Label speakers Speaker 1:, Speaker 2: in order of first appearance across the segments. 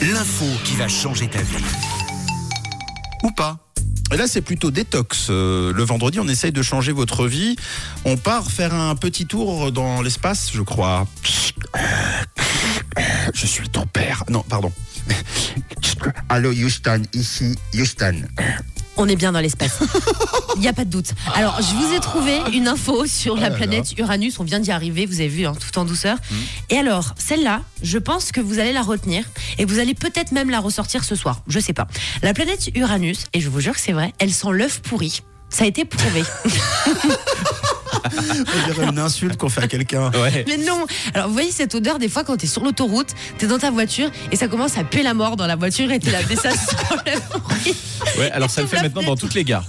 Speaker 1: L'info qui va changer ta vie. Ou pas.
Speaker 2: Et là, c'est plutôt détox. Euh, le vendredi, on essaye de changer votre vie. On part faire un petit tour dans l'espace, je crois. Je suis ton père. Non, pardon.
Speaker 3: Allô Houston, ici Houston.
Speaker 4: On est bien dans l'espace. Il n'y a pas de doute. Alors, je vous ai trouvé une info sur la
Speaker 2: Oh là Mm.
Speaker 4: planète Uranus. On vient d'y arriver, vous avez vu, hein, tout en douceur. Et alors, celle-là, je pense que vous allez la retenir et vous allez peut-être même la ressortir ce soir. Je sais pas. La planète Uranus, et je vous jure que c'est vrai, elle sent l'œuf pourri. Ça a été prouvé.
Speaker 2: On dirait une insulte qu'on fait à quelqu'un.
Speaker 4: Mais non Alors, vous voyez cette odeur, des fois, quand t'es sur l'autoroute, t'es dans ta voiture et ça commence à puer la mort dans la voiture et t'es là, mais ça sent l'œuf pourri.
Speaker 5: Ouais, alors ça le fait
Speaker 4: La
Speaker 5: maintenant dans toutes les gares.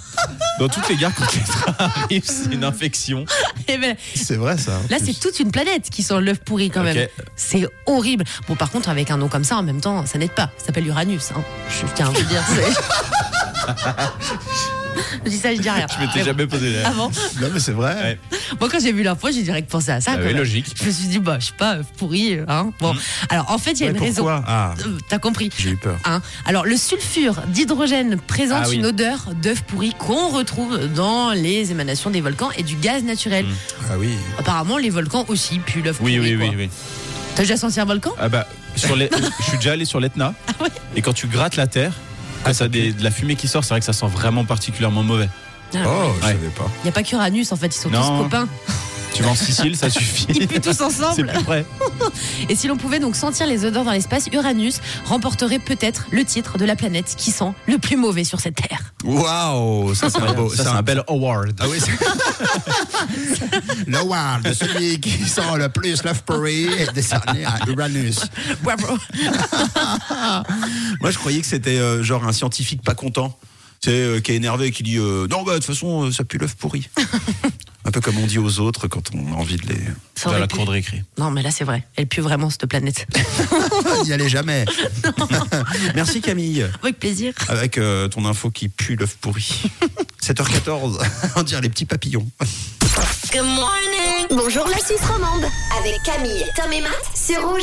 Speaker 5: Dans toutes les gares, quand les trains arrivent, c'est une infection.
Speaker 4: Et ben,
Speaker 2: C'est vrai, ça. en
Speaker 4: Là,
Speaker 2: plus.
Speaker 4: c'est toute une planète qui sent l'œuf pourri quand même.
Speaker 5: Ok.
Speaker 4: C'est horrible. Bon, par contre, avec un nom comme ça, en même temps, ça n'aide pas. Ça s'appelle Uranus. hein. Je tiens à vous le dire. c'est- je dis ça, je dis rien.
Speaker 5: Je m'étais jamais posé la
Speaker 4: Avant,
Speaker 2: Non, mais c'est vrai.
Speaker 5: Ouais.
Speaker 4: moi, quand j'ai vu l'info, j'ai direct pensé à ça.
Speaker 5: Ah
Speaker 4: quand
Speaker 5: oui,
Speaker 4: même.
Speaker 5: logique. Mm.
Speaker 4: Je me suis dit, bah, je sais pas, œuf pourri. Hein. Bon, alors en fait, il y a
Speaker 2: Ouais,
Speaker 4: une raison.
Speaker 2: pourquoi Ah,
Speaker 4: Euh, T'as compris
Speaker 2: j'ai eu peur.
Speaker 4: Hein. Alors, le sulfure d'hydrogène présente
Speaker 5: Ah oui.
Speaker 4: une odeur d'œuf pourri qu'on retrouve dans les émanations des volcans et du gaz naturel.
Speaker 2: Ah oui.
Speaker 4: Apparemment, les volcans aussi puent l'œuf
Speaker 5: Mm. Oui,
Speaker 4: pourri.
Speaker 5: oui,
Speaker 4: quoi.
Speaker 5: oui, oui.
Speaker 4: T'as déjà senti un volcan
Speaker 5: Ah bah, sur les... je suis déjà allé sur l'Etna.
Speaker 4: Ah ouais
Speaker 5: Et quand tu grattes la terre, quand t'as des- de la fumée qui sort, c'est vrai que ça sent vraiment particulièrement mauvais.
Speaker 4: Ah
Speaker 2: Oh, je
Speaker 5: Ouais.
Speaker 2: savais pas.
Speaker 4: Il n'y a pas qu'Uranus en fait, ils sont tous
Speaker 5: Non.
Speaker 4: copains.
Speaker 5: Tu vas en Sicile, ça
Speaker 4: Ils
Speaker 5: suffit.
Speaker 4: puent tous
Speaker 5: C'est
Speaker 4: ensemble.
Speaker 5: plus près.
Speaker 4: Et si l'on pouvait donc sentir les odeurs dans l'espace, Uranus remporterait peut-être le titre de la planète qui sent le plus mauvais sur cette Terre.
Speaker 2: Waouh, ça c'est un beau.
Speaker 5: Ça, c'est un bel award.
Speaker 2: Ah oui, c'est. le world, celui qui sent le plus l'œuf pourri est décerné à Uranus.
Speaker 4: Bravo.
Speaker 2: Moi, je croyais que c'était euh, genre un scientifique pas content, tu sais, euh, qui est énervé et qui dit euh, Non, bah, de toute façon, euh, ça pue l'œuf pourri. un peu comme on dit aux autres quand on a envie de les.
Speaker 4: Ça
Speaker 5: Dans
Speaker 4: aurait
Speaker 5: la
Speaker 4: pu-
Speaker 5: cour de récré.
Speaker 4: Non mais là c'est vrai, elle pue vraiment cette planète.
Speaker 2: N'y allez jamais. Merci Camille,
Speaker 4: Avec plaisir.
Speaker 2: avec euh, ton info qui pue l'œuf pourri. 7h14, on dirait les petits papillons.
Speaker 6: Bonjour la Suisse romande avec Camille, Tom et Matt, c'est rouge.